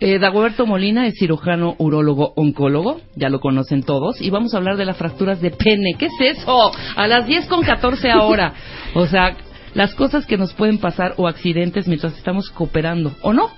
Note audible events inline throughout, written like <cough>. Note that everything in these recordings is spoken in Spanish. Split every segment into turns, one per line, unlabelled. Eh, Dagoberto Molina es cirujano urólogo oncólogo, ya lo conocen todos, y vamos a hablar de las fracturas de pene. ¿Qué es eso? A las 10 con 14 ahora.
<laughs>
O sea, las cosas que nos pueden pasar o accidentes mientras estamos cooperando, ¿o no?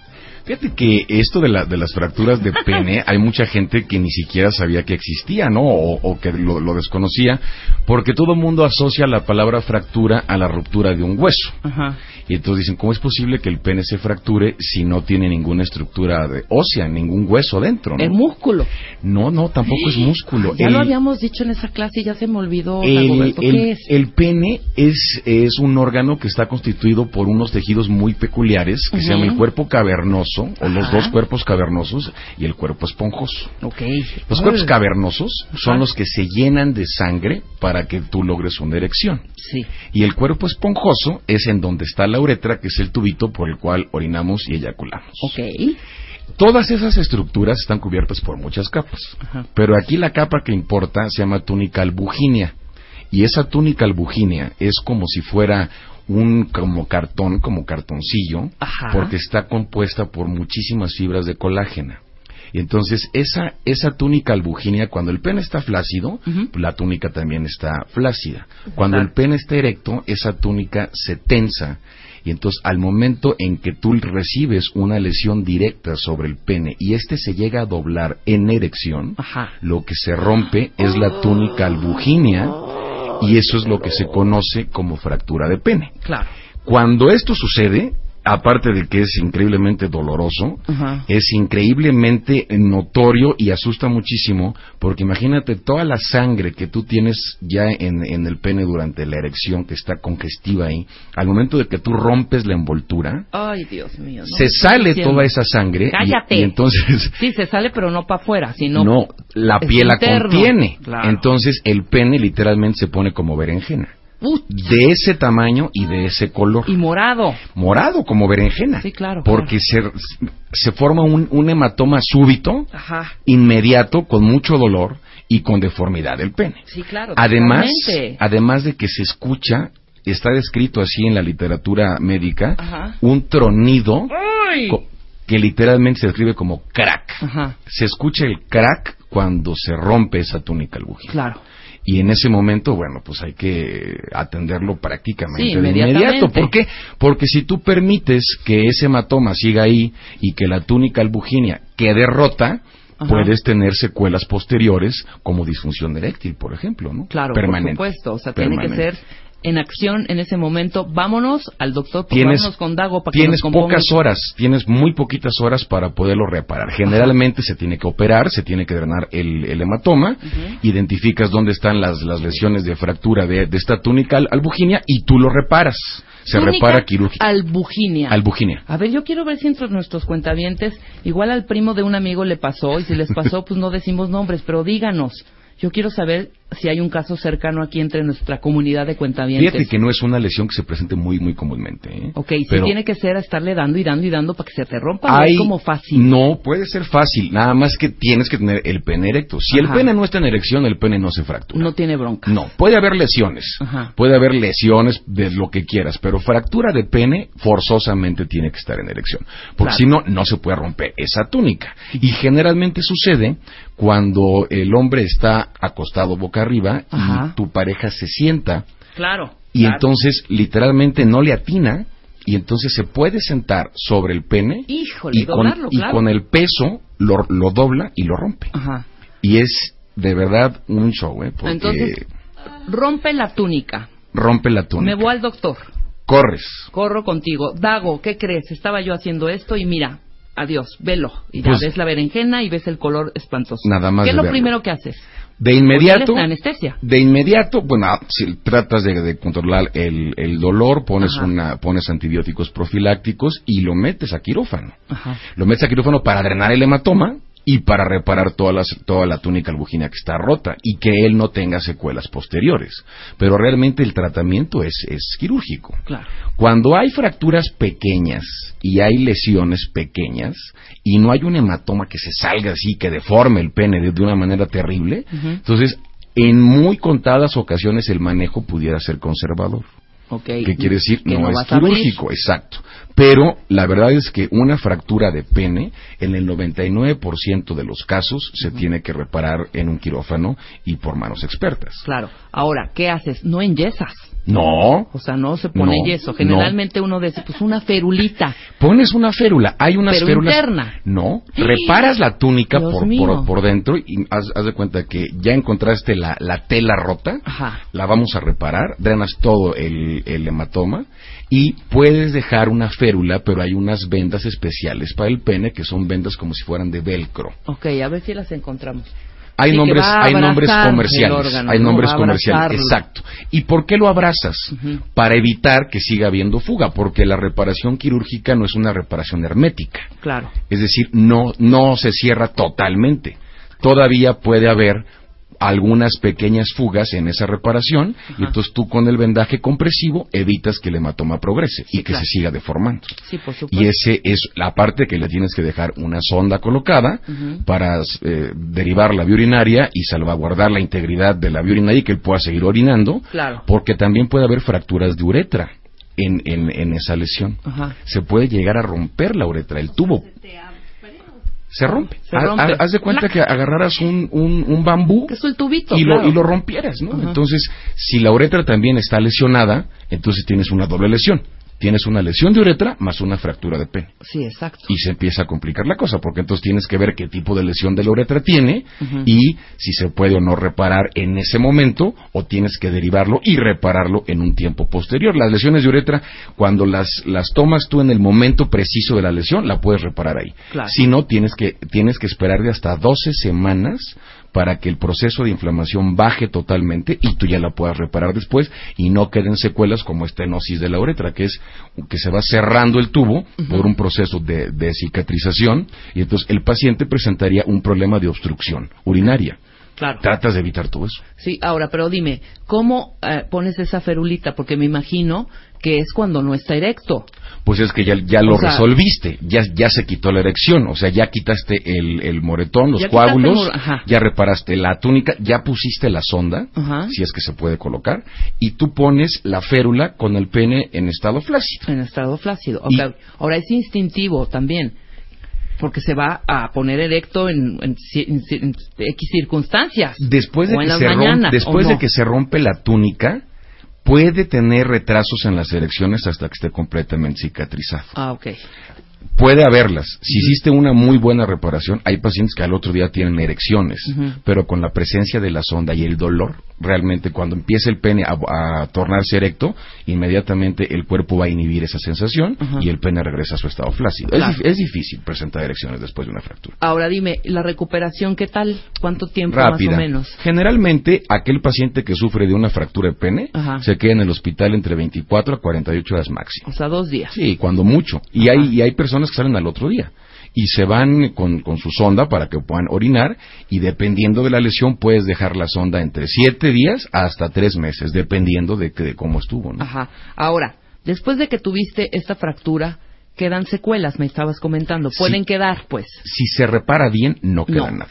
Fíjate que esto de, la- de las fracturas de pene, hay mucha gente que ni siquiera sabía que existía, ¿no? O, o que lo, lo desconocía, porque todo el mundo asocia la palabra fractura a la ruptura de un hueso.
Ajá.
Y entonces dicen, ¿cómo es posible que el pene se fracture si no tiene ninguna estructura de ósea, ningún hueso dentro?
El
No,
músculo.
no, no, tampoco es músculo.
Ya lo
El-
habíamos dicho en esa clase y ya se me olvidó,
el,
Dagoberto.
el-
¿Qué es?
el pene es, es un órgano que está constituido por unos tejidos muy peculiares que se
Ujú.
llama el cuerpo cavernoso o los
Ajá.
dos cuerpos cavernosos y el cuerpo esponjoso.
Ok. Ah,
Los cuerpos
Ay,
cavernosos
Ajá.
son los que se llenan de sangre para que tú logres una erección.
Sí.
Y el cuerpo esponjoso es en donde está la uretra, que es el tubito por el cual orinamos y eyaculamos.
Ok.
Todas esas estructuras están cubiertas por muchas capas.
Ajá.
Pero aquí la capa que importa se llama túnica albuginea. Y esa túnica albuginea es como si fuera un como cartón, como cartoncillo,
Ajá.
porque está compuesta por muchísimas fibras de colágena. Y entonces esa, esa túnica albuginea, cuando el pene está flácido, pues
Ujú.
la túnica también está flácida. Cuando el
Exacto.
pene está erecto, esa túnica se tensa. Y entonces al momento en que tú recibes una lesión directa sobre el pene y este se llega a doblar en erección,
Ajá.
lo que se rompe es la túnica albuginea y eso es lo que se conoce como fractura de pene.
Claro.
Cuando esto sucede, aparte de que es increíblemente doloroso,
Ajá.
es increíblemente notorio y asusta muchísimo, porque imagínate toda la sangre que tú tienes ya en, en el pene durante la erección, que está congestiva ahí, al momento de que tú rompes la envoltura,
Ay, Dios mío. ¿no?
se sale
Diciendo.
toda esa sangre y-
Cállate.
y entonces
Sí, se sale, pero no para afuera, sino.
no, la
es
piel la
interno.
contiene.
Claro.
Entonces el pene literalmente se pone como berenjena.
Ut,
De ese tamaño y de ese color.
y morado.
Morado como berenjena.
Sí, claro,
Porque Se, se forma un, un hematoma súbito,
Ajá.
inmediato, con mucho dolor y con deformidad del pene.
Sí, claro.
Además,
totalmente.
además de que se escucha, está descrito así en la literatura médica,
Ajá.
un tronido
Ay.
co- que literalmente se describe como crack
Ajá.
se escucha el crack cuando se rompe esa túnica albuginea.
Claro.
Y en ese momento, bueno, pues hay que atenderlo prácticamente
Sí,
de inmediato.
inmediatamente.
¿Por qué? Porque si tú permites que ese hematoma siga ahí y que la túnica albuginea quede rota,
Ajá.
puedes tener secuelas posteriores como disfunción eréctil, por ejemplo, ¿no?
Claro,
Permanente.
por supuesto. O sea, tiene
Permanente.
que ser en acción en ese momento. Vámonos al doctor, pues,
Tienes,
vámonos con Dago para que
tienes
nos componga.
pocas horas, tienes muy poquitas horas para poderlo reparar. Generalmente se tiene que operar, se tiene que drenar el, el hematoma, identificas dónde están las, las lesiones de fractura de, de esta túnica al- albuginea y tú lo reparas. Se
Túnica
repara quirúrgicamente.
Albuginea.
Albuginea.
a ver, yo quiero ver si entre nuestros cuentavientes, igual al primo de un amigo le pasó, y si les pasó, pues no decimos nombres, pero díganos. Yo quiero saber si hay un caso cercano aquí entre nuestra comunidad de cuentavientes.
Fíjate que no es una lesión que se presente muy, muy comúnmente. ¿eh?
Ok, sí
Pero
tiene que ser a estarle dando y dando y dando para que se te rompa. no
hay-
es como fácil.
No, puede ser fácil. Nada más que tienes que tener el pene erecto. Si
Ajá.
el pene no está en erección, el pene no se fractura.
No tiene bronca.
No, puede haber lesiones,
Ajá.
puede haber lesiones de lo que quieras, pero fractura de pene forzosamente tiene que estar en erección, porque
Claro.
si no, no se puede romper esa túnica. Y generalmente sucede cuando el hombre está acostado boca arriba
Ajá.
y tu pareja se sienta
Claro.
y
claro.
entonces literalmente no le atina y entonces se puede sentar sobre el pene
Híjole,
y con,
doblarlo,
y
claro.
con el peso lo, lo dobla y lo rompe.
Ajá.
Y es de verdad un show, ¿eh? Porque
Entonces, Rompe la túnica.
rompe la túnica.
Me voy al doctor.
Corres.
Corro contigo. Dago, ¿qué crees? Estaba yo haciendo esto y mira, adiós, velo. Y ya
Pues-
ves la berenjena y ves el color espantoso.
Nada más
¿Qué es
de
lo
verlo.
primero que haces?
De inmediato.
Ponerles la anestesia.
De inmediato, bueno, ah, si tratas de, de controlar el, el dolor, pones,
Ajá.
una, pones antibióticos profilácticos y lo metes a quirófano.
Ajá.
Lo metes a quirófano para drenar el hematoma y para reparar todas las- toda la túnica albujina que está rota y que él no tenga secuelas posteriores. Pero realmente el tratamiento es, es quirúrgico.
Claro.
Cuando hay fracturas pequeñas y hay lesiones pequeñas y no hay un hematoma que se salga así, que deforme el pene de, de una manera terrible, entonces en muy contadas ocasiones el manejo pudiera ser conservador.
Ok.
¿Qué quiere decir?
Que
No, es
vas a abrir.
quirúrgico, exacto. Pero la verdad es que una fractura de pene, en el 99% de los casos, se tiene que reparar en un quirófano y por manos expertas.
Claro. Ahora, ¿qué haces? No enyesas.
No,
O sea, no se pone
No,
yeso.
no.
Generalmente uno dice, pues una ferulita.
pones una férula, hay unas
Pero
férulas...
interna.
No, reparas la túnica
Dios
por,
mío.
por, por dentro y haz, haz de cuenta que ya encontraste la, la tela rota,
Ajá.
la vamos a reparar, drenas todo el, el hematoma y puedes dejar una férula, pero hay unas vendas especiales para el pene que son vendas como si fueran de velcro.
Ok, a ver si las encontramos.
Hay
Sí, que
nombres,
va a
hay
abrazar
nombres
el
comerciales,
órgano,
hay
¿no?
nombres
Va a
comerciales,
abrazarlo.
exacto. ¿Y por qué lo abrazas?
Ujú.
Para evitar que siga habiendo fuga, porque la reparación quirúrgica no es una reparación hermética.
Claro.
Es decir, no, no se cierra totalmente. Todavía puede haber algunas pequeñas fugas en esa reparación y entonces tú con el vendaje compresivo evitas que el hematoma progrese y que
claro.
se siga deformando.
Sí, por supuesto.
Y ese es la parte que le tienes que dejar una sonda colocada
Ujú.
para eh, derivar la vía urinaria y salvaguardar la integridad de la vía urinaria y que él pueda seguir orinando,
Claro.
porque también puede haber fracturas de uretra en, en, en esa lesión.
Ajá.
Se puede llegar a romper la uretra, el tubo. Se rompe.
Se
Ha- ha-
rompe.
haz de cuenta
Plac.
que agarraras un, un, un bambú
Que es el tubito.
y lo,
claro.
y lo rompieras, ¿no?
Ajá.
Entonces, si la uretra también está lesionada, entonces tienes una doble lesión. Tienes una lesión de uretra más una fractura de pene.
Sí, exacto.
Y se empieza a complicar la cosa, porque entonces tienes que ver qué tipo de lesión de la uretra tiene
Ujú.
y si se puede o no reparar en ese momento, o tienes que derivarlo y repararlo en un tiempo posterior. Las lesiones de uretra, cuando las, las tomas tú en el momento preciso de la lesión, la puedes reparar ahí.
Claro.
Si no, tienes que, tienes que esperar de hasta 12 semanas para que el proceso de inflamación baje totalmente y tú ya la puedas reparar después y no queden secuelas como estenosis de la uretra, que es que se va cerrando el tubo por un proceso de, de cicatrización y entonces el paciente presentaría un problema de obstrucción urinaria.
Claro.
Tratas de evitar todo eso.
Sí, ahora, pero dime, ¿cómo eh, pones esa ferulita? Porque me imagino que es cuando no está erecto.
Pues es que ya, ya lo
O sea-
resolviste, ya, ya se quitó la erección, o sea, ya quitaste el, el moretón, los
Ya quitaste el
coágulos,
mor- ajá.
ya reparaste la túnica, ya pusiste la sonda,
Ajá.
si es que se puede colocar, y tú pones la férula con el pene en estado flácido.
En estado flácido.
Y-
Ok. Ahora es instintivo también, porque se va a poner erecto en, en ci- en ci- en X circunstancias.
Después de,
O en
que
las
se, romp-
mañanas,
después
¿o
de
no?
que se rompe la túnica, puede tener retrasos en las erecciones hasta que esté completamente cicatrizado.
Ah, ok.
Puede haberlas. Si hiciste una muy buena reparación, hay pacientes que al otro día tienen erecciones,
Ujú.
pero con la presencia de la sonda y el dolor, realmente cuando empieza el pene a, a tornarse erecto, inmediatamente el cuerpo va a inhibir esa sensación
Ajá.
y el pene regresa a su estado flácido. Es
Claro.
dif- Es, difícil presentar erecciones después de una fractura.
Ahora dime, ¿la recuperación qué tal? ¿Cuánto tiempo
Rápida.
más o menos?
Generalmente, aquel paciente que sufre de una fractura de pene
Ajá.
se queda en el hospital entre 24 a 48 horas máximo.
O sea, dos días.
Sí, cuando mucho. Y
Ajá.
hay, y hay personas que salen al otro día y se van con, con su sonda para que puedan orinar y dependiendo de la lesión puedes dejar la sonda entre siete días hasta tres meses, dependiendo de, que, de cómo estuvo. ¿no?
Ajá. Ahora, después de que tuviste esta fractura, quedan secuelas, me estabas comentando.
Sí.
Pueden quedar, pues.
Si se repara bien, no queda
No.
nada.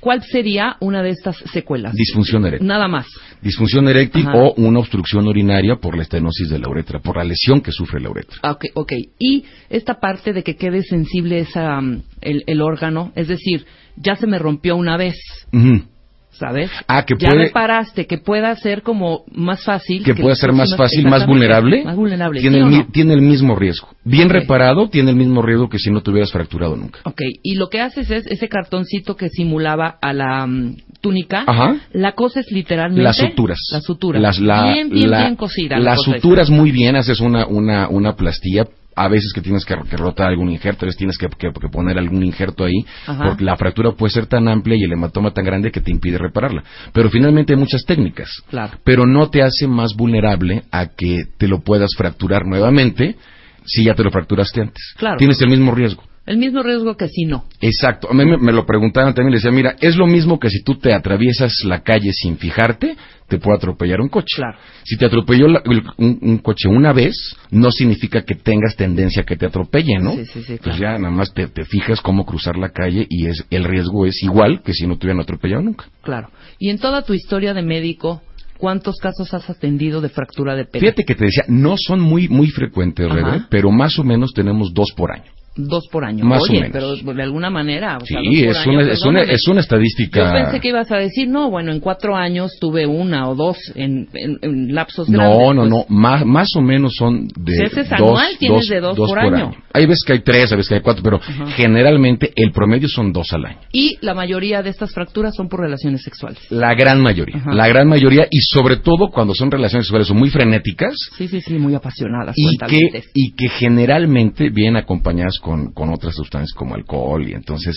¿Cuál sería una de estas secuelas?
Disfunción eréctil.
Nada más.
Disfunción eréctil
Ajá.
o una obstrucción urinaria por la estenosis de la uretra, por la lesión que sufre la uretra.
Ah, Ok, ok. Y esta parte de que quede sensible esa, mm, el, el órgano, es decir, ya se me rompió una vez,
Ujú.
¿sabes?
Ah, que
ya
puede-
reparaste, que pueda ser como más fácil.
que pueda ser más fácil, más
Exactamente,
vulnerable,
Más vulnerable.
tiene,
¿sí
el,
o
mi-
no?
tiene el mismo riesgo. Bien
Ok.
reparado, tiene el mismo riesgo que si no te hubieras fracturado nunca.
Ok, y lo que haces es ese cartoncito que simulaba a la mm, túnica,
Ajá.
la coses literalmente.
Las suturas.
Las suturas.
Las, la-
bien, bien,
la-
bien cosida. la
Las
cosa esa.
suturas muy bien, haces una, una, una plastilla. A veces que tienes que, que rotar algún injerto, a veces tienes que, que- que poner algún injerto ahí,
Ajá.
porque la fractura puede ser tan amplia y el hematoma tan grande que te impide repararla. Pero finalmente hay muchas técnicas,
Claro.
pero no te hace más vulnerable a que te lo puedas fracturar nuevamente si ya te lo fracturaste antes.
Claro.
Tienes el mismo riesgo.
El mismo riesgo que si no.
Exacto. A mí me, me lo preguntaban también, les decía, mira, es lo mismo que si tú te atraviesas la calle sin fijarte, te puede atropellar un coche.
Claro.
Si te atropelló la- el- un, un coche una vez, no significa que tengas tendencia a que te atropelle, ¿no?
Sí, sí, sí,
Pues ya nada más te, te fijas cómo cruzar la calle y es el riesgo es igual que si no te hubieran atropellado nunca.
Claro. Y en toda tu historia de médico, ¿cuántos casos has atendido de fractura de pene?
Fíjate que te decía, no son muy, muy frecuentes,
Ajá.
Rebe, pero más o menos tenemos dos por año.
Dos por año.
Más o
Oye,
menos.
pero pues, de alguna manera. o sea, dos
sí,
por
es
año,
una, es, una,
perdóname.
es una
Yo
estadística.
pensé que ibas a decir, no, bueno, en cuatro años tuve una o dos en, en- en lapsos
No,
grandes.
no,
pues,
no, más, más o menos son de
Si haces anual, tienes de dos por año.
Hay veces que hay tres, hay veces que hay cuatro, pero generalmente el promedio son dos al año.
Y la mayoría de estas fracturas son por relaciones sexuales.
La gran mayoría,
Ajá.
la gran mayoría y sobre todo cuando son relaciones sexuales son muy frenéticas
Sí, sí, sí, muy apasionadas.
y que,
cuentavientes.
y que generalmente vienen acompañadas con, con otras sustancias como alcohol y entonces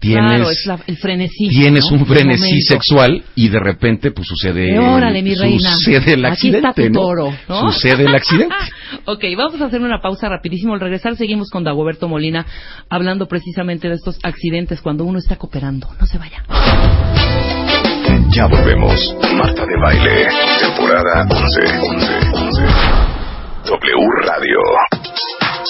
tienes...
claro, es la- el frenesí.
tienes
¿no?
un frenesí
momento.
sexual y de repente pues sucede
Eh, órale, mi reina.
sucede el
Aquí está
accidente
tu
¿no?
toro, ¿no?
sucede el
<laughs>
accidente
ok, vamos a hacer una pausa rapidísimo. Al regresar seguimos con Dagoberto Molina hablando precisamente de estos accidentes cuando uno está cooperando. No se vaya.
Ya volvemos. Marta de Baile, temporada 11. 11, 11. W Radio.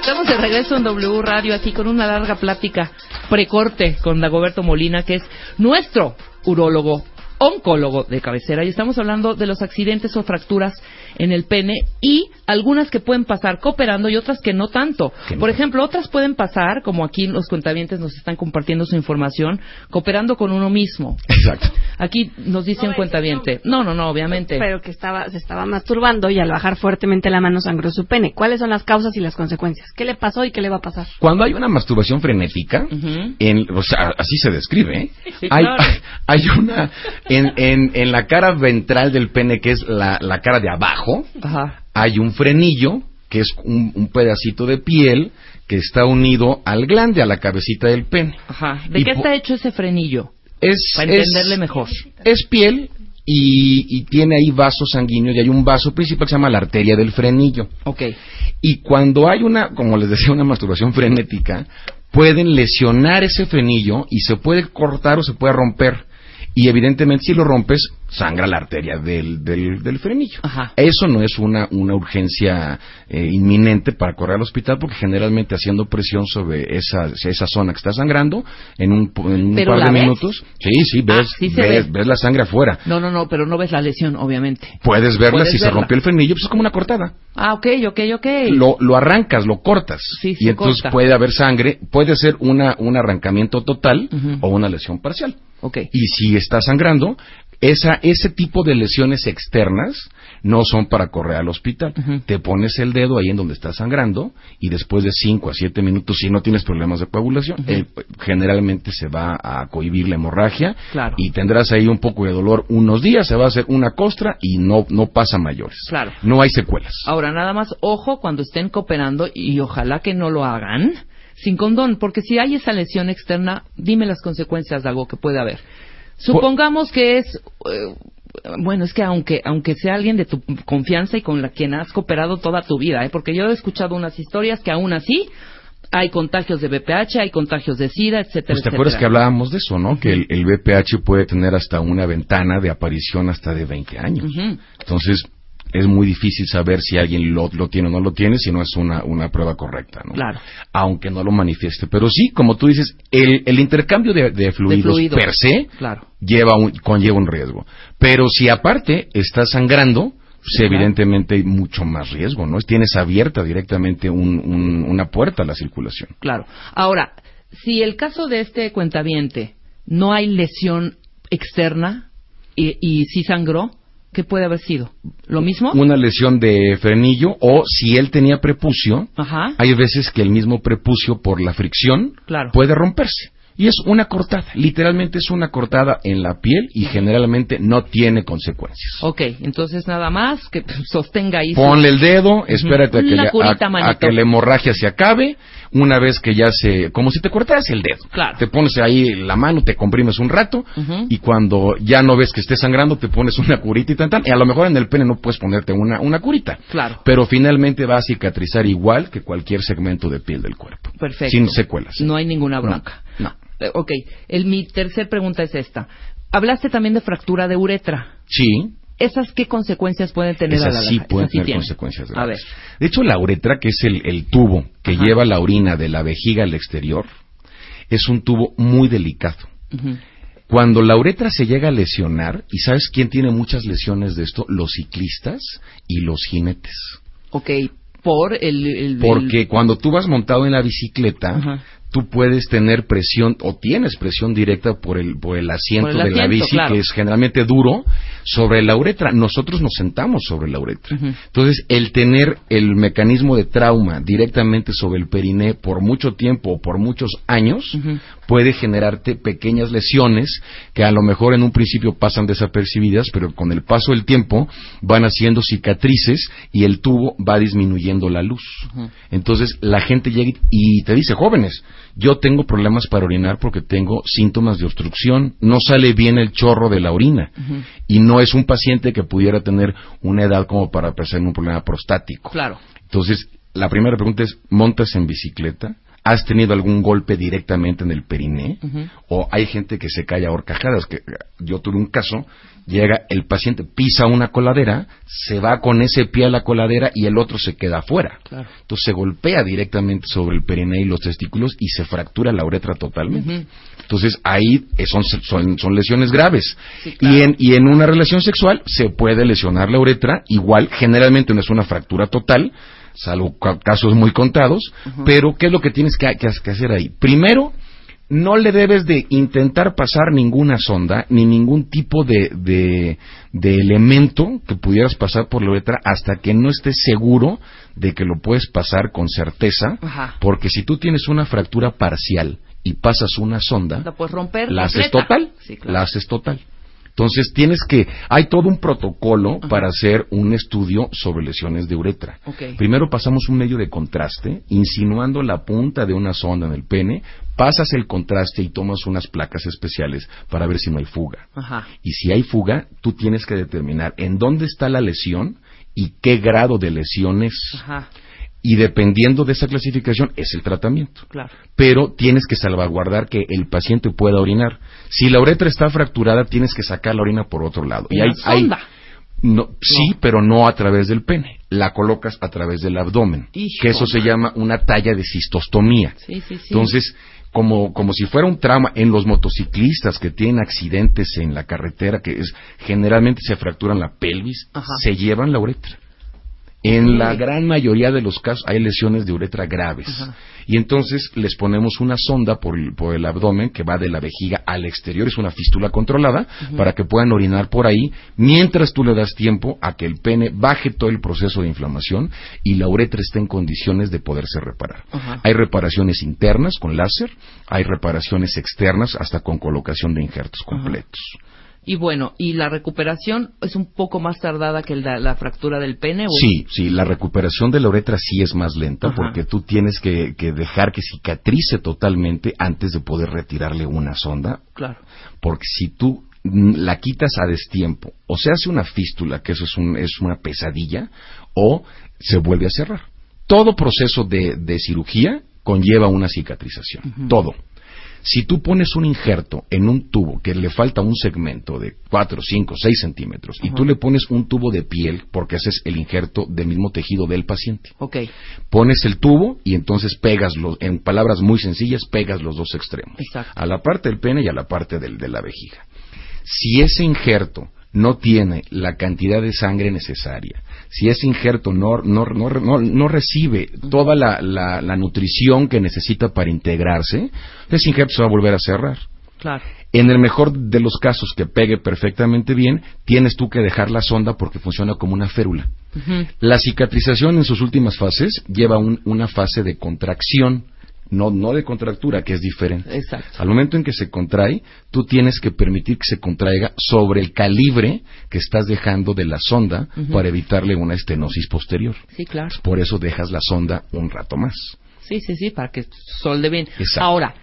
Estamos de regreso en W Radio aquí con una larga plática precorte con Dagoberto Molina, que es nuestro urólogo oncólogo de cabecera y estamos hablando de los accidentes o fracturas en el pene y algunas que pueden pasar cooperando y otras que no tanto.
Que no
Por
tanto.
ejemplo, otras pueden pasar, como aquí los cuentavientes nos están compartiendo su información, cooperando con uno mismo.
exacto
Aquí nos dice
No,
un
es que
cuentaviente. No, no, no, obviamente.
Pero que estaba, se estaba masturbando y al bajar fuertemente la mano sangró su pene. ¿Cuáles son las causas y las consecuencias? ¿Qué le pasó y qué le va a pasar?
Cuando hay una masturbación frenética,
Ujú.
en, o sea, así se describe, ¿eh?
sí,
hay,
claro.
<laughs> hay una en, en- en la cara ventral del pene, que es la, la cara de abajo,
Ajá.
hay un frenillo, que es un, un pedacito de piel que está unido al glande, a la cabecita del pene.
Ajá. ¿De
Y
qué
po-
está hecho ese frenillo?
Es,
Para
es-
entenderle mejor.
Es piel y, y tiene ahí vasos sanguíneos y hay un vaso principal que se llama la arteria del frenillo.
Ok.
Y cuando hay una, como les decía, una masturbación frenética, pueden lesionar ese frenillo y se puede cortar o se puede romper. Y evidentemente si lo rompes, sangra la arteria del, del, del frenillo.
Ajá.
Eso no es una, una urgencia eh, inminente para correr al hospital porque generalmente haciendo presión sobre esa, esa zona que está sangrando, en un, po- en un
¿Pero
par
la
de
ves?
minutos, sí, sí, ves,
Ah, sí se
ves,
ve.
ves la sangre afuera.
No, no, no, pero no ves la lesión, obviamente.
Puedes verla
Puedes
si se
verla.
rompió el frenillo, pues es como una cortada
Ah, ok, ok, ok.
lo, lo arrancas, lo cortas.
Sí, sí,
y entonces
corta.
puede haber sangre, puede ser una, un arrancamiento total
Ujú.
o una lesión parcial.
Ok.
Y si está sangrando, esa, ese tipo de lesiones externas no son para correr al hospital.
Ujú.
Te pones el dedo ahí en donde está sangrando y después de 5 a 7 minutos, si no tienes problemas de coagulación, eh, generalmente se va a cohibir la hemorragia
Claro.
y tendrás ahí un poco de dolor unos días, se va a hacer una costra y no, no pasa a mayores.
Claro.
No hay secuelas.
Ahora, nada más, ojo cuando estén cooperando y ojalá que no lo hagan sin condón, porque si hay esa lesión externa, dime las consecuencias de algo que puede haber. Supongamos que es. eh, bueno, es que aunque, aunque sea alguien de tu confianza y con la quien has cooperado toda tu vida, ¿eh? porque yo he escuchado unas historias que aún así hay contagios de BPH, hay contagios de SIDA, etcétera,
Pues te acuerdas que
etcétera.
hablábamos de eso, ¿no? Que el, el VPH puede tener hasta una ventana de aparición hasta de 20 años.
Ujú.
Entonces, es muy difícil saber si alguien lo, lo tiene o no lo tiene si no es una, una prueba correcta, ¿no?
Claro.
Aunque no lo manifieste. Pero sí, como tú dices, el, el intercambio de, de fluidos
fluidos.
per se
Claro.
lleva un, conlleva un riesgo. Pero si aparte está sangrando, pues
Claro.
evidentemente hay mucho más riesgo, ¿no? Tienes abierta directamente un- un- una puerta a la circulación.
Claro. Ahora, si el caso de este cuentaviente no hay lesión externa y, y sí sangró, ¿qué puede haber sido? ¿Lo mismo?
una lesión de frenillo o si él tenía prepucio,
Ajá.
hay veces que el mismo prepucio por la fricción
Claro.
puede romperse. Y es una cortada, literalmente es una cortada en la piel y generalmente no tiene consecuencias.
Ok, entonces nada más que <laughs> sostenga ahí. su-
Ponle el dedo, espérate a que,
Una
le- a-
curita,
a,
manito.
que la hemorragia se acabe, Una vez que ya se, como si te cortaras el dedo,
Claro.
te pones ahí la mano, te comprimes un rato
Ujú.
y cuando ya no ves que esté sangrando te pones una curita y tan tan. Y a lo mejor en el pene no puedes ponerte una, una curita,
Claro.
pero finalmente va a cicatrizar igual que cualquier segmento de piel del cuerpo.
Perfecto.
Sin secuelas.
No hay ninguna bronca.
No.
Eh, Ok, el, mi tercer pregunta es esta. Hablaste también de fractura de uretra.
Sí,
¿Esas qué consecuencias pueden tener a la
Esas sí
larga?
pueden
Esas sí
tener
tienen.
consecuencias
A ver,
graves. De hecho, la uretra, que es el, el tubo que
Ajá.
lleva la orina de la vejiga al exterior, es un tubo muy delicado.
ujú,
Cuando la uretra se llega a lesionar, ¿y sabes quién tiene muchas lesiones de esto? Los ciclistas y los jinetes.
ok, por el... el-
Porque cuando tú vas montado en la bicicleta,
Ajá.
tú puedes tener presión o tienes presión directa por el, por el asiento
Por el
de la
asiento,
bici,
claro.
que es generalmente duro, sobre la uretra. Nosotros nos sentamos sobre la uretra.
Ujú.
Entonces, el tener el mecanismo de trauma directamente sobre el periné por mucho tiempo o por muchos años
Ujú.
puede generarte pequeñas lesiones que a lo mejor en un principio pasan desapercibidas, pero con el paso del tiempo van haciendo cicatrices y el tubo va disminuyendo la luz. Entonces, la gente llega y- y te dice, jóvenes, yo tengo problemas para orinar porque tengo síntomas de obstrucción, no sale bien el chorro de la orina y no es un paciente que pudiera tener una edad como para presentar un problema prostático.
Claro.
Entonces, la primera pregunta es, ¿montas en bicicleta? ¿Has tenido algún golpe directamente en el periné?
Ujú.
O hay gente que se cae a horcajadas, que eh, yo tuve un caso, llega el paciente, pisa una coladera, se va con ese pie a la coladera y el otro se queda afuera.
Claro.
Entonces se golpea directamente sobre el periné y los testículos y se fractura la uretra totalmente.
Ujú.
Entonces ahí eh, son, son, son lesiones graves.
Sí, claro.
y, en, y en una relación sexual se puede lesionar la uretra, igual generalmente no es una fractura total, salvo ca- casos muy contados, pero ¿qué es lo que tienes que, que- que hacer ahí? Primero, no le debes de intentar pasar ninguna sonda ni ningún tipo de, de, de elemento que pudieras pasar por la uretra hasta que no estés seguro de que lo puedes pasar con certeza,
Ajá.
porque si tú tienes una fractura parcial y pasas una sonda,
La puedes pues, romper.
la haces
completa.
total,
Sí, claro.
la haces total. Entonces tienes que, hay todo un protocolo para hacer un estudio sobre lesiones de uretra.
Ok.
Primero pasamos un medio de contraste, insinuando la punta de una sonda en el pene, pasas el contraste y tomas unas placas especiales para ver si no hay fuga.
Ajá.
Y si hay fuga, tú tienes que determinar en dónde está la lesión y qué grado de lesión es.
Ajá.
Y dependiendo de esa clasificación es el tratamiento
Claro.
pero tienes que salvaguardar que el paciente pueda orinar. Si la uretra está fracturada, tienes que sacar la orina por otro lado.
Una
hay- hay-
sonda.
no, sí, pero no a través del pene. La colocas a través del abdomen,
Hijo.
que eso se llama una talla de cistostomía.
Sí, sí, sí.
Entonces, como, como si fuera un trauma en los motociclistas que tienen accidentes en la carretera, que es generalmente se fracturan la pelvis,
Ajá.
se llevan la uretra. En la gran mayoría de los casos hay lesiones de uretra graves.
Ajá.
Y entonces les ponemos una sonda por el, por el abdomen que va de la vejiga al exterior, es una fístula controlada, para que puedan orinar por ahí, mientras tú le das tiempo a que el pene baje todo el proceso de inflamación y la uretra esté en condiciones de poderse reparar.
Ajá.
Hay reparaciones internas con láser, hay reparaciones externas hasta con colocación de injertos completos.
Y bueno, ¿y la recuperación es un poco más tardada que la, la fractura del pene? o-
Sí, sí, la recuperación de la uretra sí es más lenta
Ajá.
porque tú tienes que, que dejar que cicatrice totalmente antes de poder retirarle una sonda,
Claro.
porque si tú mm, la quitas a destiempo, o se hace una fístula, que eso es, un- es una pesadilla, o se vuelve a cerrar. Todo proceso de, de cirugía conlleva una cicatrización, todo. Si tú pones un injerto en un tubo que le falta un segmento de 4, 5, 6 centímetros y tú le pones un tubo de piel porque haces el injerto del mismo tejido del paciente,
Ok.
pones el tubo y entonces pegas los, en palabras muy sencillas, pegas los dos extremos.
Exacto.
A la parte del pene y a la parte del- de la vejiga. Si ese injerto no tiene la cantidad de sangre necesaria, si ese injerto no, no, no, no- no recibe toda la, la- la nutrición que necesita para integrarse, ese injerto se va a volver a cerrar.
Claro.
En el mejor de los casos que pegue perfectamente bien, tienes tú que dejar la sonda porque funciona como una férula.
Ujú.
La cicatrización en sus últimas fases lleva un- una fase de contracción, no, no de contractura, que es diferente.
Exacto.
Al momento en que se contrae, tú tienes que permitir que se contraiga sobre el calibre que estás dejando de la sonda para evitarle una estenosis posterior.
Sí, claro.
Por eso dejas la sonda un rato más.
Sí, sí, sí, para que solde bien.
Exacto.
Ahora,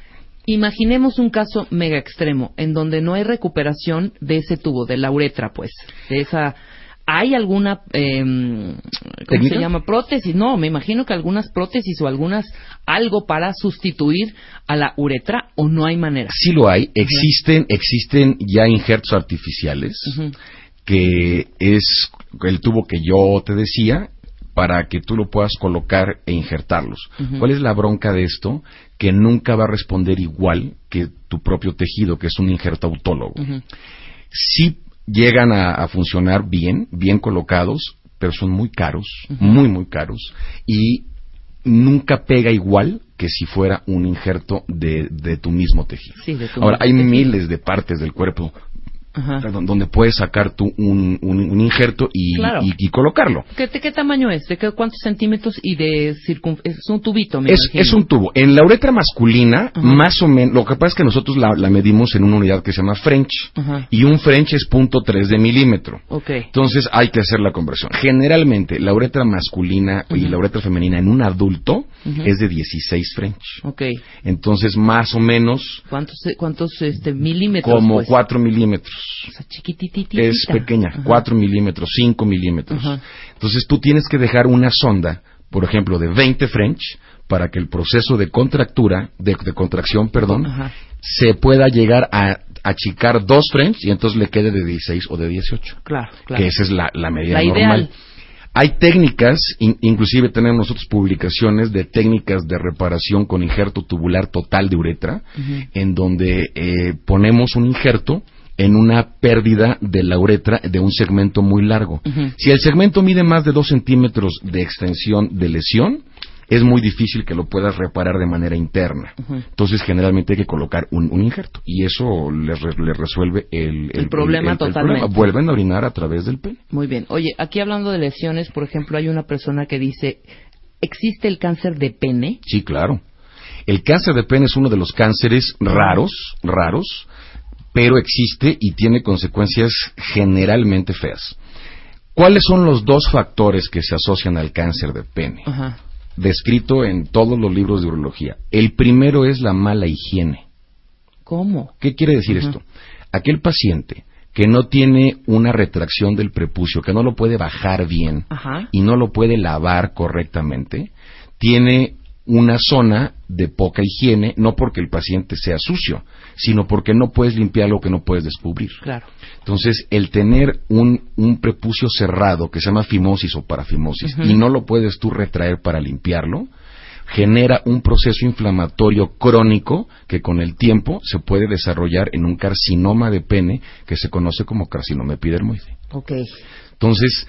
imaginemos un caso mega extremo en donde no hay recuperación de ese tubo, de la uretra, pues, de esa. ¿Hay alguna, eh, ¿cómo
¿Técnica?
se llama? Prótesis. No, me imagino que algunas prótesis o algunas algo para sustituir a la uretra o no hay manera.
Sí lo hay, existen, existen ya injertos artificiales,
Ujú.
que es el tubo que yo te decía, para que tú lo puedas colocar e injertarlos.
Ujú.
¿Cuál es la bronca de esto? Que nunca va a responder igual que tu propio tejido, que es un injerto autólogo.
Ujú.
sí llegan a, a funcionar bien, bien colocados, pero son muy caros, muy, muy caros, y nunca pega igual que si fuera un injerto de, de tu mismo tejido.
Sí, de tu
Ahora, hay
mismo tejido.
miles de partes del cuerpo
Ajá.
perdón, donde puedes sacar tú un, un- un injerto y,
Claro.
y- y colocarlo.
¿Qué, de qué tamaño es? ¿De qué, cuántos centímetros y de circun... Es un tubito, me
Es,
imagino.
es un tubo. En la uretra masculina,
Ajá.
más o menos, lo que pasa es que nosotros la, la medimos en una unidad que se llama French.
Ajá.
Y un French es .3 de milímetro.
Ok.
Entonces hay que hacer la conversión. Generalmente la uretra masculina y
Ujú.
la uretra femenina en un adulto
Ujú.
es de 16 French.
Ok.
Entonces más o menos
¿Cuántos, eh, cuántos este, milímetros?
como
pues?
4 milímetros.
O sea, chiquitititita.
Es pequeña,
Ajá.
4 milímetros, 5 milímetros.
Ajá.
Entonces tú tienes que dejar una sonda, por ejemplo, de 20 French, para que el proceso de contractura, de, de contracción, perdón,
Ajá.
se pueda llegar a achicar 2 French y entonces le quede de 16 o de 18
Claro, claro.
que esa es la, la medida
La ideal.
normal. Hay técnicas, in- inclusive tenemos nosotros publicaciones de técnicas de reparación con injerto tubular total de uretra,
Ujú.
en donde eh, ponemos un injerto en una pérdida de la uretra de un segmento muy largo.
Ujú.
Si el segmento mide más de 2 centímetros de extensión de lesión, es muy difícil que lo puedas reparar de manera interna.
Ujú.
Entonces, generalmente hay que colocar un, un injerto y eso les, re- les resuelve el,
El problema totalmente.
Vuelven a orinar a través del pene.
Muy bien. Oye, aquí hablando de lesiones, por ejemplo, hay una persona que dice, ¿existe el cáncer de pene?
Sí, claro. El cáncer de pene es uno de los cánceres raros, raros, pero existe y tiene consecuencias generalmente feas. ¿Cuáles son los dos factores que se asocian al cáncer de pene?
Ajá.
Descrito en todos los libros de urología. El primero es la mala higiene.
¿Cómo?
¿Qué quiere decir
Ujú.
esto? Aquel paciente que no tiene una retracción del prepucio, que no lo puede bajar bien
Ajá.
y no lo puede lavar correctamente, tiene una zona de poca higiene, no porque el paciente sea sucio, sino porque no puedes limpiar lo que no puedes descubrir.
Claro.
Entonces, el tener un, un prepucio cerrado, que se llama fimosis o parafimosis,
Ujú.
y no lo puedes tú retraer para limpiarlo, genera un proceso inflamatorio crónico que con el tiempo se puede desarrollar en un carcinoma de pene que se conoce como carcinoma epidermoide.
Ok.
Entonces,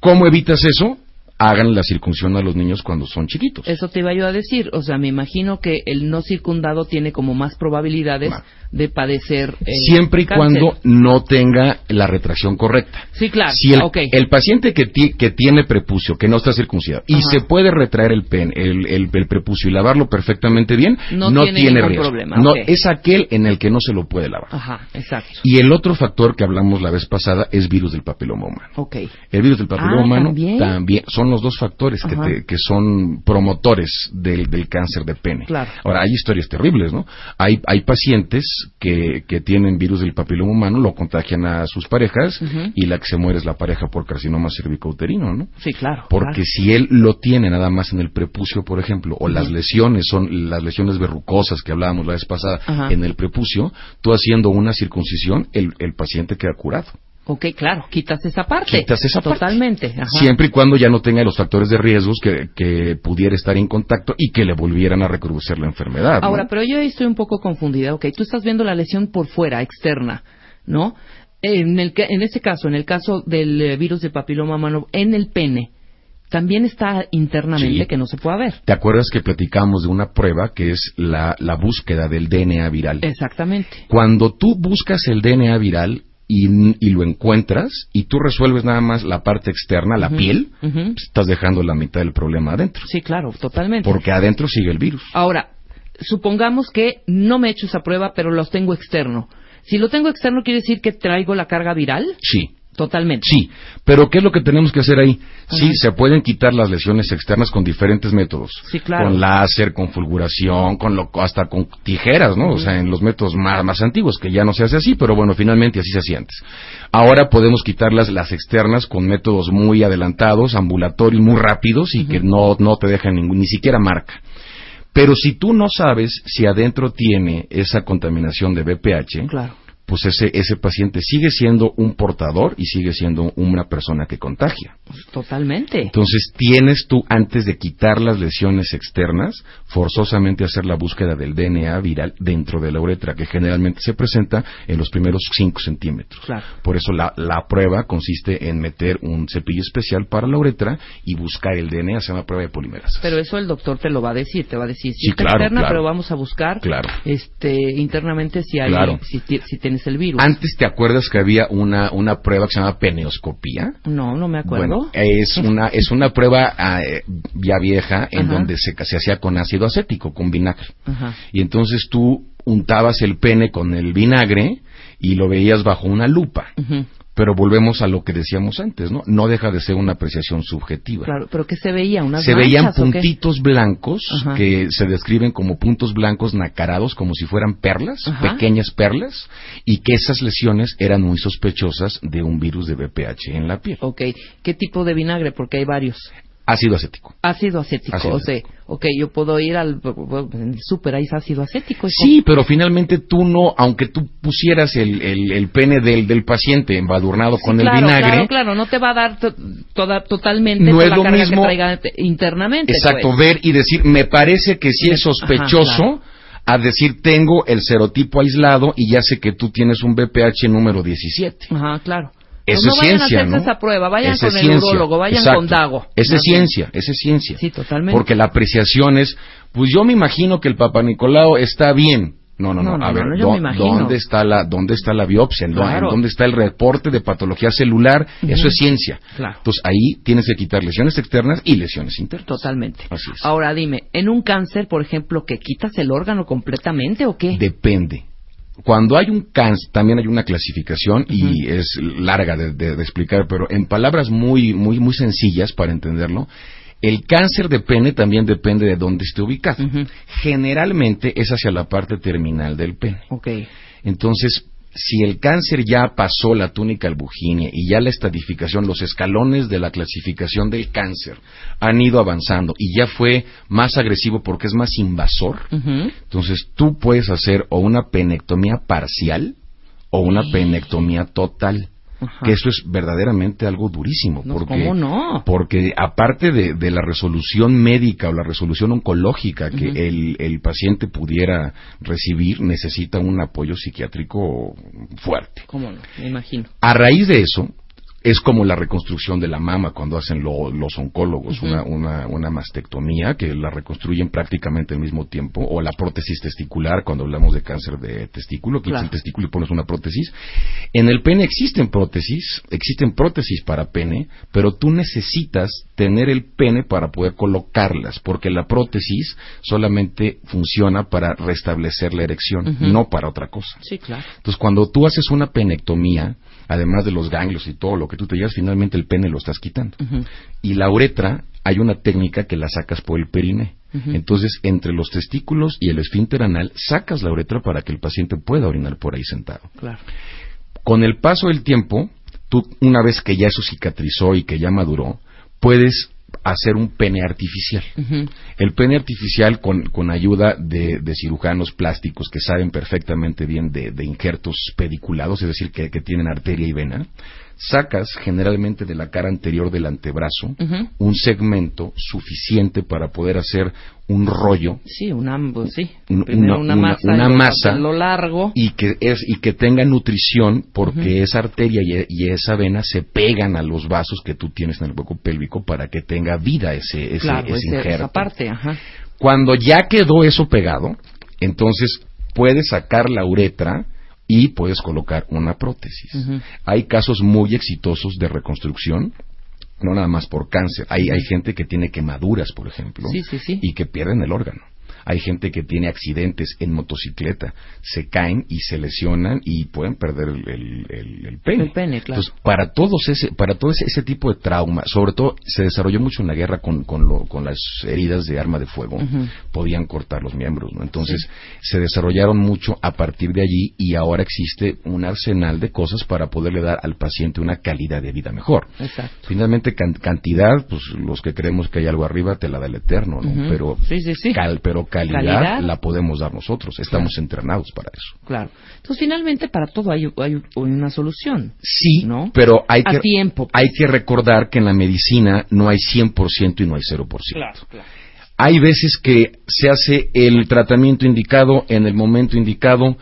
¿cómo evitas eso? Hagan la circuncisión a los niños cuando son chiquitos.
Eso te iba yo a decir. O sea, me imagino que el no circundado tiene como más probabilidades
Ma.
de padecer. eh,
Siempre y
cáncer.
cuando no tenga la retracción correcta.
Sí, claro.
Si el,
Ok.
el paciente que, ti- que tiene prepucio, que no está circuncidado, y
Ajá.
se puede retraer el, pen, el, el- el prepucio y lavarlo perfectamente bien,
No
no,
tiene
tiene,
ningún
riesgo.
problema,
No,
ok.
Es aquel en el que no se lo puede lavar.
Ajá, exacto.
Y el otro factor que hablamos la vez pasada es virus del papiloma humano.
Ok.
El virus del papiloma
Ah,
humano
¿también?
¿también? son los dos factores que,
Ajá.
te- que son promotores del, del cáncer de pene.
Claro.
Ahora, hay historias terribles, ¿no? Hay, hay pacientes que, que tienen virus del papiloma humano, lo contagian a sus parejas
Ujú.
y la que se muere es la pareja por carcinoma cervicouterino, ¿no?
Sí, claro.
Porque
claro.
si él lo tiene nada más en el prepucio, por ejemplo, o las
Ujú.
lesiones, son las lesiones verrucosas que hablábamos la vez pasada
Ajá.
en el prepucio, tú haciendo una circuncisión, el, el paciente queda curado.
Ok, claro. Quitas esa parte.
Quitas esa parte.
Totalmente. Ajá.
Siempre y cuando ya no tenga los factores de riesgos que, que pudiera estar en contacto y que le volvieran a recrudecer la enfermedad. Ah, ¿no?
Ahora, pero yo ahí estoy un poco confundida. Ok, tú estás viendo la lesión por fuera, externa, ¿no? En, el, ca- en ese caso, en el caso del eh, virus de papiloma humano, en el pene, también está internamente
Sí.
que no se puede ver.
¿Te acuerdas que platicamos de una prueba que es la, la búsqueda del DNA viral?
Exactamente.
Cuando tú buscas el DNA viral y, y lo encuentras y tú resuelves nada más la parte externa, la
Ujú,
piel,
ujú.
estás dejando la mitad del problema adentro.
Sí, claro, totalmente.
Porque adentro sigue el virus.
Ahora, supongamos que no me he hecho esa prueba, pero los tengo externo. Si lo tengo externo, ¿quiere decir que traigo la carga viral?
Sí.
Totalmente.
Sí, pero ¿qué es lo que tenemos que hacer ahí? Sí, se pueden quitar las lesiones externas con diferentes métodos.
Sí, claro.
Con láser, con fulguración, con lo- hasta con tijeras, ¿no? O sea, en los métodos más, más antiguos, que ya no se hace así, pero bueno, finalmente así se hacía antes. Ahora podemos quitarlas las externas con métodos muy adelantados, ambulatorios, muy rápidos y que no, no te dejan ningún, ni siquiera marca. Pero si tú no sabes si adentro tiene esa contaminación de BPH,
Claro.
pues ese, ese paciente sigue siendo un portador y sigue siendo una persona que contagia.
Totalmente.
Entonces tienes tú, antes de quitar las lesiones externas, forzosamente hacer la búsqueda del DNA viral dentro de la uretra, que generalmente se presenta en los primeros 5 centímetros.
Claro.
Por eso la, la prueba consiste en meter un cepillo especial para la uretra y buscar el DNA, se llama prueba de polimerasas.
Pero eso el doctor te lo va a decir, te va a decir si
Sí,
está
claro,
externa,
claro.
pero vamos a buscar
Claro.
este internamente si hay
Claro.
si, ti- si tienes el virus.
Antes te acuerdas que había una, una prueba que se llama peneoscopía.
no, no me acuerdo.
Bueno, eh, es una, es una prueba ah, eh, ya vieja en
Ajá.
donde se, se hacía con ácido acético, con vinagre.
Ajá.
Y entonces tú untabas el pene con el vinagre y lo veías bajo una lupa.
Ujú.
Pero volvemos a lo que decíamos antes, ¿no? No deja de ser una apreciación subjetiva.
Claro, pero ¿qué se veía? ¿Unas
Se veían
manchas o qué?
puntitos blancos
Ajá.
que se describen como puntos blancos nacarados, como si fueran perlas,
Ajá.
pequeñas perlas, y que esas lesiones eran muy sospechosas de un virus de BPH en la piel.
Ok, ¿qué tipo de vinagre? Porque hay varios.
Ácido acético.
Ácido acético,
Ácido
o sea, ok, yo puedo ir al en el súper, ahí es ácido acético. hijo.
Sí, pero finalmente tú no, aunque tú pusieras el, el, el pene del, del paciente embadurnado con
claro,
el vinagre,
Claro, claro, no te va a dar to- toda, totalmente
No
toda
es
la
lo
carga
mismo-
que traiga internamente.
exacto,
pues.
ver y decir, me parece que sí es
Ajá,
sospechoso,
claro.
a decir, tengo el serotipo aislado y ya sé que tú tienes un BPH número 17.
Ajá, claro. Pues
Eso
no
es
vayan
ciencia,
a hacerse
¿no?
esa prueba, vayan
Esa
con
es
el
ciencia,
urólogo, vayan
exacto.
con Dago.
Esa es
Más bien.
ciencia, esa es ciencia.
Sí, totalmente.
Porque la apreciación es, pues yo me imagino que el Papa Nicolau está bien. No, no, no,
No, no,
a
no,
ver,
no, yo
¿dó-
me imagino.
¿dónde está la dónde está la biopsia? ¿En dó-
Claro.
en ¿Dónde está el reporte de patología celular? Eso es ciencia.
Claro.
Entonces ahí tienes que quitar lesiones externas y lesiones internas.
Totalmente.
Así es.
Ahora dime, en un cáncer, por ejemplo, que quitas el órgano completamente o qué?
Depende. Cuando hay un cáncer, también hay una clasificación y es larga de, de- de explicar, pero en palabras muy, muy, muy sencillas para entenderlo, el cáncer de pene también depende de dónde esté ubicado.
Ujú.
Generalmente es hacia la parte terminal del pene.
Ok.
Entonces, si el cáncer ya pasó la túnica albuginea y ya la estadificación, los escalones de la clasificación del cáncer han ido avanzando y ya fue más agresivo porque es más invasor,
Ujú.
entonces tú puedes hacer o una penectomía parcial o una penectomía total.
Ajá.
Que eso es verdaderamente algo durísimo.
No,
porque,
¿cómo no?
Porque aparte de, de la resolución médica o la resolución oncológica que el, el paciente pudiera recibir, necesita un apoyo psiquiátrico fuerte.
¿Cómo no? Me imagino.
A raíz de eso, es como la reconstrucción de la mama cuando hacen lo- los oncólogos, una, una- una mastectomía que la reconstruyen prácticamente al mismo tiempo, o la prótesis testicular cuando hablamos de cáncer de testículo, quitas
Claro.
el testículo y pones una prótesis. En el pene existen prótesis, existen prótesis para pene, pero tú necesitas tener el pene para poder colocarlas, porque la prótesis solamente funciona para restablecer la erección, no para otra cosa.
Sí, claro.
Entonces, cuando tú haces una penectomía, además de los ganglios y todo lo que tú te llevas, finalmente el pene lo estás quitando. Y la uretra, hay una técnica que la sacas por el perine. Entonces, entre los testículos y el esfínter anal, sacas la uretra para que el paciente pueda orinar por ahí sentado
Claro.
con el paso del tiempo, tú una vez que ya eso cicatrizó y que ya maduró, puedes hacer un pene artificial. El pene artificial con, con ayuda de, de cirujanos plásticos que saben perfectamente bien de, de injertos pediculados, es decir, que, que tienen arteria y vena, sacas generalmente de la cara anterior del antebrazo
Ujú.
un segmento suficiente para poder hacer un rollo
Sí, una, pues sí.
Un-
Primero
una- una-
una, masa.
una
y lo-
masa.
Lo largo.
y que es y que tenga nutrición porque esa arteria y, e- y esa vena se pegan a los vasos que tú tienes en el hueco pélvico para que tenga vida ese ese,
claro,
ese
ese-
injerto.
esa parte, ajá.
Cuando ya quedó eso pegado, entonces puedes sacar la uretra y puedes colocar una prótesis.
Ujú.
Hay casos muy exitosos de reconstrucción. No nada más por cáncer. Hay, hay gente que tiene quemaduras, por ejemplo,
Sí, sí, sí.
y que pierden el órgano. Hay gente que tiene accidentes en motocicleta, se caen y se lesionan y pueden perder el, el- el- el pene.
El pene, claro.
Entonces, para todos ese, para todo ese, ese tipo de trauma, sobre todo se desarrolló mucho en la guerra con, con, lo- con las heridas de arma de fuego,
Ujú.
podían cortar los miembros, ¿no? Entonces, se desarrollaron mucho a partir de allí y ahora existe un arsenal de cosas para poderle dar al paciente una calidad de vida mejor.
Exacto.
Finalmente, can- cantidad, pues los que creemos que hay algo arriba te la da el eterno, ¿no?
Ujú.
Pero,
Sí, sí, sí.
cal- pero calidad,
Calidad.
la podemos dar nosotros, estamos entrenados para eso.
Claro. Entonces, finalmente, para todo hay, hay una solución.
Sí,
¿No?
pero hay
A
que,
tiempo, pues.
hay que recordar que en la medicina no hay 100% y no hay 0%.
claro.
Hay veces que se hace el tratamiento indicado en el momento indicado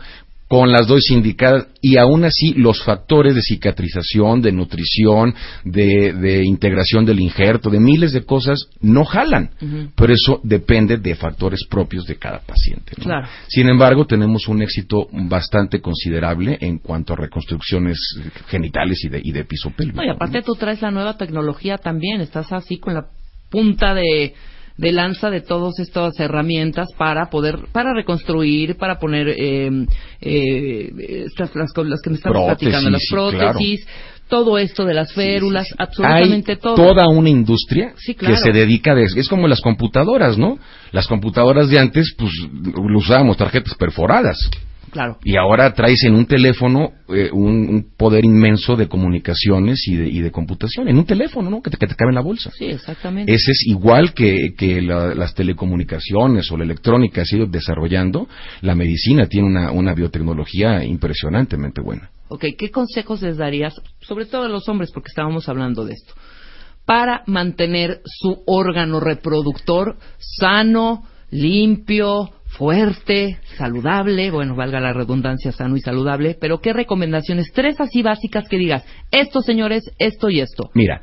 con las dosis indicadas y aún así los factores de cicatrización, de nutrición, de, de integración del injerto, de miles de cosas, no jalan.
Ujú.
Pero eso depende de factores propios de cada paciente. ¿no?
Claro.
Sin embargo, tenemos un éxito bastante considerable en cuanto a reconstrucciones eh, genitales y de, y de piso pélvico.
No, y aparte tú traes la nueva tecnología también, estás así con la punta de, de lanza de todas estas herramientas para poder, para reconstruir, para poner eh, eh, estas, las, con las que me estás
Prótesis,
platicando, las
sí,
prótesis, todo esto de las férulas, absolutamente
hay
todo.
toda una industria
Sí, claro.
que se dedica de es como las computadoras, ¿no? Las computadoras de antes pues lo usábamos tarjetas perforadas
Claro.
y ahora traes en un teléfono eh, un, un poder inmenso de comunicaciones y de, y de computación en un teléfono, ¿no? Que te, que te cabe en la bolsa.
Sí, exactamente.
Ese es igual que, que la- las telecomunicaciones o la electrónica se ha ido desarrollando. La medicina tiene una, una biotecnología impresionantemente buena.
Ok, ¿qué consejos les darías, sobre todo a los hombres, porque estábamos hablando de esto, para mantener su órgano reproductor sano, limpio, fuerte, saludable? Bueno, valga la redundancia, sano y saludable, pero ¿qué recomendaciones? Tres así básicas que digas, esto señores, esto y esto.
Mira,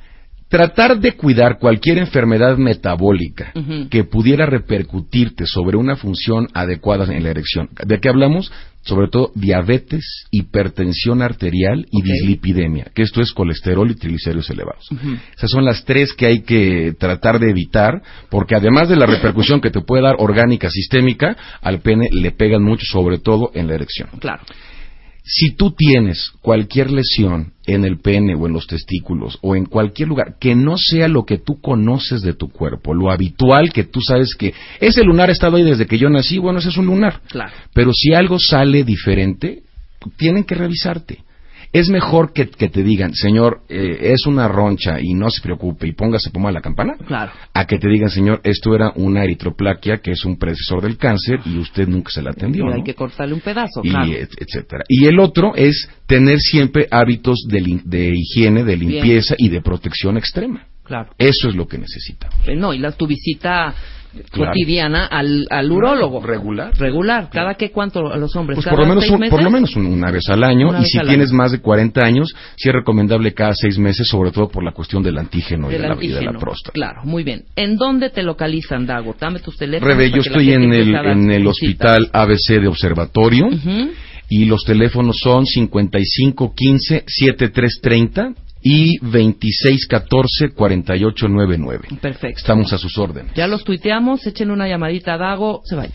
tratar de cuidar cualquier enfermedad metabólica
Ujú.
que pudiera repercutirte sobre una función adecuada en la erección. ¿De qué hablamos? Sobre todo diabetes, hipertensión arterial y
Ok.
dislipidemia, que esto es colesterol y triglicéridos elevados.
Ujú.
Esas son las tres que hay que tratar de evitar, porque además de la repercusión que te puede dar orgánica, sistémica, al pene le pegan mucho, sobre todo en la erección.
Claro.
Si tú tienes cualquier lesión en el pene o en los testículos o en cualquier lugar que no sea lo que tú conoces de tu cuerpo, lo habitual que tú sabes que ese lunar ha estado ahí desde que yo nací, bueno, ese es un lunar.
Claro.
Pero si algo sale diferente, tienen que revisarte. Es mejor que, que te digan, señor, eh, es una roncha y no se preocupe y póngase pomada en la campana,
Claro.
a que te digan, señor, esto era una eritroplaquia que es un predecesor del cáncer y usted nunca se la atendió.
Y hay
¿no?
que cortarle un pedazo,
y
claro.
et- etcétera. Y el otro es tener siempre hábitos de, lin- de higiene, de limpieza y de protección extrema.
Claro.
Eso es lo que necesitamos.
Eh, No, y la, tu visita
Claro.
cotidiana al, al urólogo.
Regular.
Regular. ¿Cada qué cuánto a los hombres?
Pues
¿Cada
por lo menos
seis
un- por
meses?
lo menos un- una vez al año
Una
y
vez
si
al
tienes
año.
más de 40 años sí es recomendable cada seis meses sobre todo por la cuestión del antígeno, y,
Del
de la, y de la
antígeno.
próstata.
Claro, muy bien. ¿En dónde te localizan, Dago? Dame tus teléfonos.
Rebe, yo
para que la
estoy en
gente
el,
empiece a dar
en el
sus
hospital ABC de Observatorio
citas. Ujú.
y los teléfonos son 5515-7330 y 2614-4899.
Perfecto.
Estamos a sus órdenes.
Ya los tuiteamos, echen una llamadita a Dago, se vaya.